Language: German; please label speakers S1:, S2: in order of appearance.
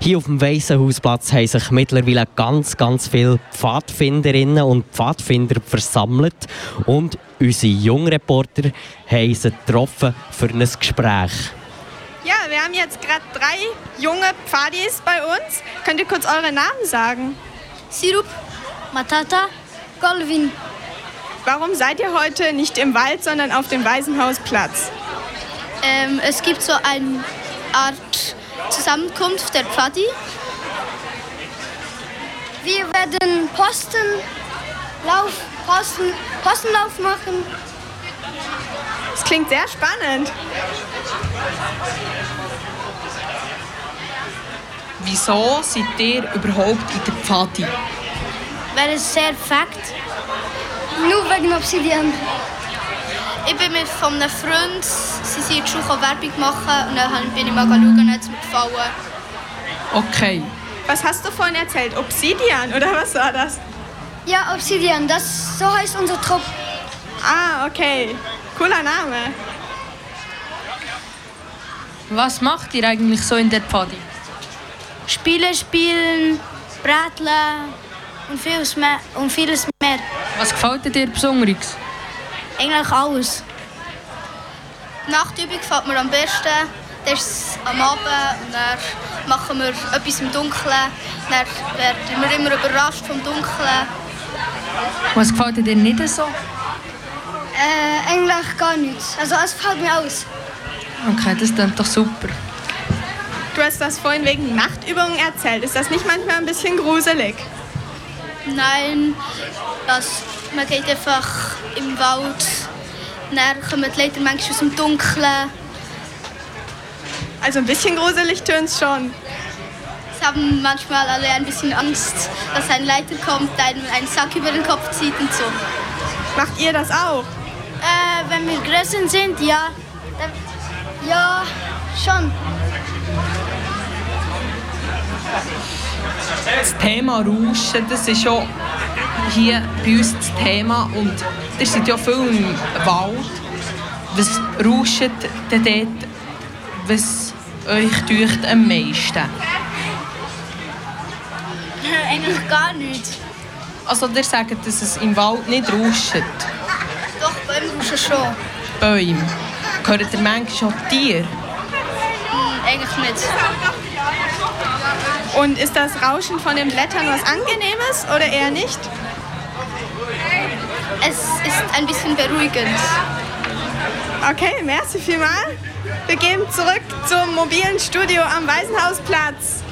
S1: Hier auf dem Weissenhausplatz haben sich mittlerweile ganz, ganz viele Pfadfinderinnen und Pfadfinder versammelt und unsere Jungreporter haben sie getroffen für ein Gespräch.
S2: Ja, wir haben jetzt gerade drei junge Pfadis bei uns. Könnt ihr kurz eure Namen sagen?
S3: Sirup, Matata, Golvin.
S2: Warum seid ihr heute nicht im Wald, sondern auf dem Waisenhausplatz?
S3: Ähm, es gibt so eine Art Zusammenkunft der Pfadi.
S4: Wir werden Postenlauf, Posten, Postenlauf machen.
S2: Das klingt sehr spannend.
S5: Wieso seid ihr überhaupt in der Pfadi?
S3: Weil es sehr fakt.
S4: Nur wegen Obsidian.
S3: Ich bin mit von einem Freund, sie sind in die Schule Werbung machen und dann bin ich mal schauen, hat es mir gefallen.
S5: Okay.
S2: Was hast du vorhin erzählt? Obsidian oder was war das?
S4: Ja, Obsidian, das, so heißt unser Trupp.
S2: Ah, okay. Cooler Name.
S6: Was macht ihr eigentlich so in der Pfadi?
S3: Spiele spielen, Bratle und vieles mehr. Und vieles mehr.
S6: Was gefällt dir besonderes?
S3: Eigentlich alles. Die Nachtübung gefällt mir am besten. Das ist am Abend und dann machen wir etwas im Dunkeln. Dann werden wir immer überrascht vom Dunkeln.
S6: Was gefällt dir nicht so?
S4: Äh, eigentlich gar nichts. Also es fällt mir aus.
S6: Okay, das klingt doch super.
S2: Du hast das vorhin wegen Nachtübungen erzählt. Ist das nicht manchmal ein bisschen gruselig?
S3: Nein, das, man geht einfach im Wald. Dann kommen die Leute manchmal aus dem Dunkeln.
S2: Also ein bisschen gruselig tönt es schon.
S3: Es haben manchmal alle ein bisschen Angst, dass ein Leiter kommt, einem einen Sack über den Kopf zieht und so.
S2: Macht ihr das auch?
S3: Äh, wenn wir größer sind, ja.
S4: Ja, schon.
S5: Das Thema Rauschen, das ist ja hier bei uns das Thema und ihr seid ja viel im Wald. Was rauscht denn dort, was euch täuscht am meisten?
S3: Eigentlich gar nicht.
S5: Also ihr sagt, dass es im Wald nicht rauscht.
S3: Doch, beim Rauschen schon.
S5: Bäume. Gehört ihr manchmal auch Tiere?
S3: Hm, eigentlich nicht.
S2: Und ist das Rauschen von den Blättern was Angenehmes oder eher nicht?
S3: Es ist ein bisschen beruhigend.
S2: Okay, merci vielmal. Wir gehen zurück zum mobilen Studio am Waisenhausplatz.